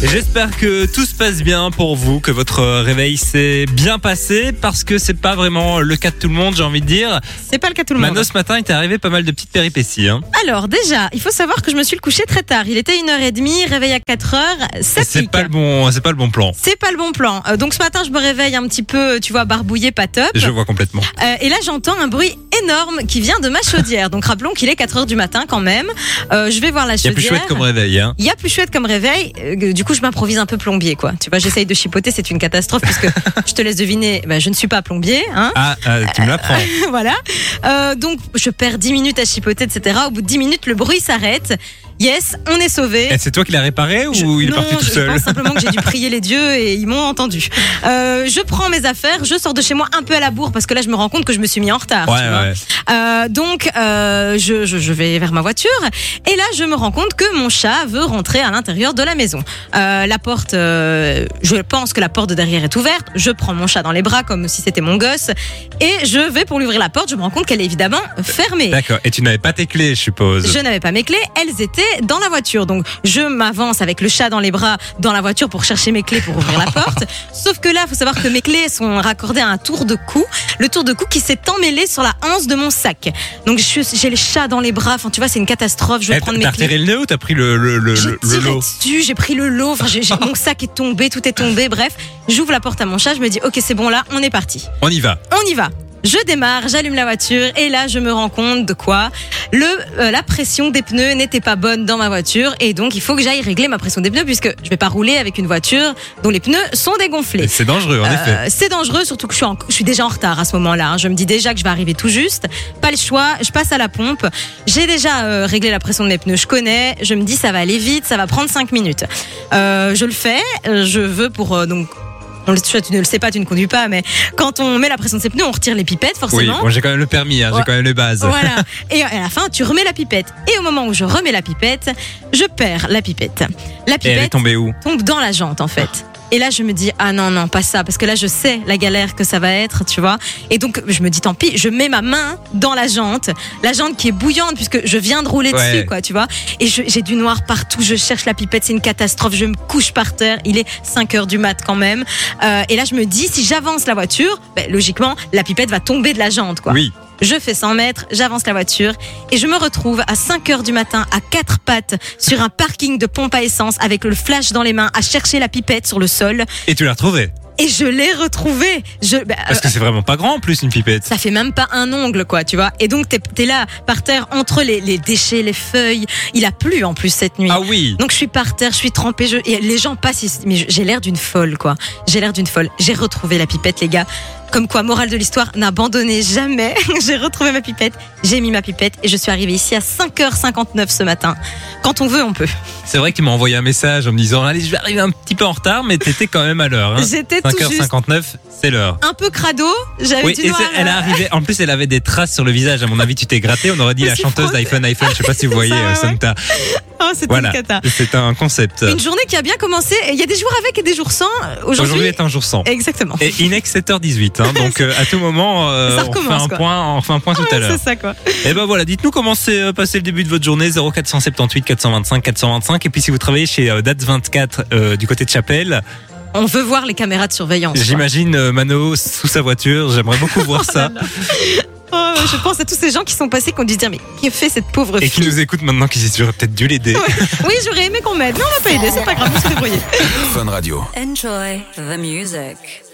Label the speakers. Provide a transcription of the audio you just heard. Speaker 1: J'espère que tout se passe bien pour vous, que votre réveil s'est bien passé, parce que c'est pas vraiment le cas de tout le monde, j'ai envie de dire.
Speaker 2: C'est pas le cas de tout le monde.
Speaker 1: Mano, ce matin, il t'est arrivé pas mal de petites péripéties. Hein.
Speaker 2: Alors déjà, il faut savoir que je me suis le couché très tard. Il était 1h30, réveil à 4h, ça
Speaker 1: C'est
Speaker 2: pique.
Speaker 1: pas le bon, c'est pas le bon plan.
Speaker 2: C'est pas le bon plan. Euh, donc ce matin, je me réveille un petit peu, tu vois, barbouillé, pas top.
Speaker 1: Je vois complètement.
Speaker 2: Euh, et là, j'entends un bruit énorme qui vient de ma chaudière. Donc rappelons qu'il est 4h du matin quand même. Euh, je vais voir la
Speaker 1: Il y a
Speaker 2: chaudière.
Speaker 1: plus chouette comme réveil, hein.
Speaker 2: Il y a plus chouette comme réveil. Euh, Du coup, je m'improvise un peu plombier, quoi. Tu vois, j'essaye de chipoter, c'est une catastrophe puisque je te laisse deviner, bah, je ne suis pas plombier, hein.
Speaker 1: Ah, ah, tu me l'apprends.
Speaker 2: voilà. Euh, donc, je perds 10 minutes à chipoter, etc. Au bout de 10 minutes, le bruit s'arrête. Yes, on est sauvé.
Speaker 1: Et c'est toi qui l'as réparé ou
Speaker 2: Je-
Speaker 1: il est
Speaker 2: non,
Speaker 1: parti tout
Speaker 2: je
Speaker 1: seul
Speaker 2: pense simplement que j'ai dû prier les dieux et ils m'ont entendu. Euh, je prends mes affaires, je sors de chez moi un peu à la bourre parce que là, je me rends compte que je me suis mis en retard.
Speaker 1: Ouais,
Speaker 2: tu vois.
Speaker 1: ouais.
Speaker 2: Euh, donc, euh, je, je, je vais vers ma voiture et là, je me rends compte que mon chat veut rentrer à l'intérieur de la maison. Euh, la porte, euh, je pense que la porte de derrière est ouverte. Je prends mon chat dans les bras comme si c'était mon gosse et je vais pour lui ouvrir la porte. Je me rends compte qu'elle est évidemment fermée.
Speaker 1: D'accord. Et tu n'avais pas tes clés, je suppose.
Speaker 2: Je n'avais pas mes clés, elles étaient dans la voiture. Donc je m'avance avec le chat dans les bras dans la voiture pour chercher mes clés pour ouvrir la porte. Sauf que là, faut savoir que mes clés sont raccordées à un tour de cou, le tour de cou qui s'est emmêlé sur la hanse de mon sac. Donc je suis- j'ai le chat dans les bras, enfin tu vois, c'est une catastrophe, je vais
Speaker 1: Eh,
Speaker 2: prendre mes
Speaker 1: T'as
Speaker 2: clés.
Speaker 1: retiré le nez ou t'as pris le, le, le,
Speaker 2: J'ai
Speaker 1: le- le
Speaker 2: tiré
Speaker 1: lot
Speaker 2: dessus, j'ai pris le lot, enfin, j'ai- j'ai- mon sac est tombé, tout est tombé, bref. J'ouvre la porte à mon chat, je me dis ok c'est bon là, on est parti.
Speaker 1: On y va.
Speaker 2: On y va. Je démarre, j'allume la voiture et là je me rends compte de quoi le, euh, la pression des pneus n'était pas bonne dans ma voiture et donc il faut que j'aille régler ma pression des pneus puisque je vais pas rouler avec une voiture dont les pneus sont dégonflés.
Speaker 1: C'est dangereux, en effet.
Speaker 2: Euh, c'est dangereux, surtout que je suis, en- je suis déjà en retard à ce moment-là. hein. Je me dis déjà que je vais arriver tout juste. Pas le choix, je passe à la pompe. J'ai déjà euh, réglé la pression de mes pneus, je connais. Je me dis ça va aller vite, ça va prendre 5 minutes. Euh, je le fais, euh, je veux pour... euh, donc, on le, tu ne le sais pas, tu ne conduis pas, mais quand on met la pression de ses pneus, on retire les pipettes
Speaker 1: Oui,
Speaker 2: forcément.
Speaker 1: bon, j'ai quand même le permis, hein, j'ai
Speaker 2: Ouais.
Speaker 1: quand même les bases.
Speaker 2: Voilà. Et à la fin, tu remets la pipette. Et au moment où je remets la pipette, je perds la pipette. La
Speaker 1: Et elle est
Speaker 2: pipette
Speaker 1: tombée où
Speaker 2: tombe dans la jante en fait. Et là, je me dis, ah non, non, pas ça, parce que là, je sais la galère que ça va être, tu vois. Et donc, je me dis, tant pis, je mets ma main dans la jante, la jante qui est bouillante, puisque je viens de rouler
Speaker 1: Ouais.
Speaker 2: dessus, quoi, tu vois. Et je- j'ai du noir partout, je cherche la pipette, c'est une catastrophe, je me couche par terre, il est 5 heures du mat quand même. Euh, et là, je me dis, si j'avance la voiture, ben, logiquement, la pipette va tomber de la jante, quoi.
Speaker 1: Oui.
Speaker 2: Je fais 100 mètres, j'avance la voiture et je me retrouve à 5 heures du matin à quatre pattes sur un parking de pompe à essence avec le flash dans les mains à chercher la pipette sur le sol
Speaker 1: Et tu l'as retrouvée
Speaker 2: et je l'ai retrouvée. Je, bah,
Speaker 1: Parce
Speaker 2: euh,
Speaker 1: que c'est vraiment pas grand en plus une pipette.
Speaker 2: ça fait même pas un ongle, quoi, tu vois. Et donc, t'es es là, par terre, entre les, les déchets, les feuilles. Il a plu en plus cette nuit.
Speaker 1: Ah oui
Speaker 2: Donc je suis par terre, je suis trempée, je... et les gens passent, ils- mais je- j'ai l'air d'une folle quoi. J'ai l'air d'une folle. J'ai retrouvé la pipette les gars. Comme quoi, morale de l'histoire, n'abandonnez jamais. j'ai retrouvé ma pipette, j'ai mis ma pipette et je suis arrivée ici à 5h59 ce matin. Quand on veut, on peut.
Speaker 1: C'est vrai qu'il m'a envoyé un message en me disant Allez, je vais arriver un petit peu en retard, mais t'étais quand même à l'heure. hein.
Speaker 2: J'étais tout juste
Speaker 1: 5h59, c'est l'heure.
Speaker 2: un peu crado, j'avais
Speaker 1: Oui,
Speaker 2: du
Speaker 1: et
Speaker 2: noir.
Speaker 1: c'est- elle est
Speaker 2: euh,
Speaker 1: arrivée. En plus, elle avait des traces sur le visage. À mon avis, tu t'es gratté. On aurait dit
Speaker 2: Je
Speaker 1: la
Speaker 2: suis
Speaker 1: chanteuse
Speaker 2: frottée.
Speaker 1: d'iPhone, iPhone. Je sais pas si vous voyez,
Speaker 2: ça,
Speaker 1: euh,
Speaker 2: ouais.
Speaker 1: Santa.
Speaker 2: Oh, c'était
Speaker 1: Voilà.
Speaker 2: une cata.
Speaker 1: C'est un concept.
Speaker 2: Une journée qui a bien commencé. et Il y a des jours avec et des jours sans.
Speaker 1: Aujourd'hui
Speaker 2: Aujourd'hui,
Speaker 1: est un jour sans.
Speaker 2: exactement.
Speaker 1: Et Inex 7h18, hein, donc euh, à tout moment, euh,
Speaker 2: Ça
Speaker 1: on, fait
Speaker 2: recommence,
Speaker 1: un
Speaker 2: quoi.
Speaker 1: point, on fait un point tout à l'heure.
Speaker 2: C'est ça quoi.
Speaker 1: Et ben voilà, dites-nous comment s'est euh, passé le début de votre journée 0478 425 425. Et puis si vous travaillez chez euh, Date 24 euh, du côté de Chapelle,
Speaker 2: On veut voir les caméras de surveillance. quoi.
Speaker 1: j'imagine euh, Mano sous sa voiture. J'aimerais beaucoup voir ça
Speaker 2: Oh, je pense à tous ces gens qui sont passés, qu'on dit dire mais qui fait cette pauvre
Speaker 1: et
Speaker 2: fille
Speaker 1: qui nous écoute maintenant, qu'ils auraient peut-être dû l'aider.
Speaker 2: Oui, j'aurais aimé qu'on m'aide. Non, on va pas aider, c'est pas grave, on se débrouiller.
Speaker 3: Fun Radio.
Speaker 4: Enjoy the music.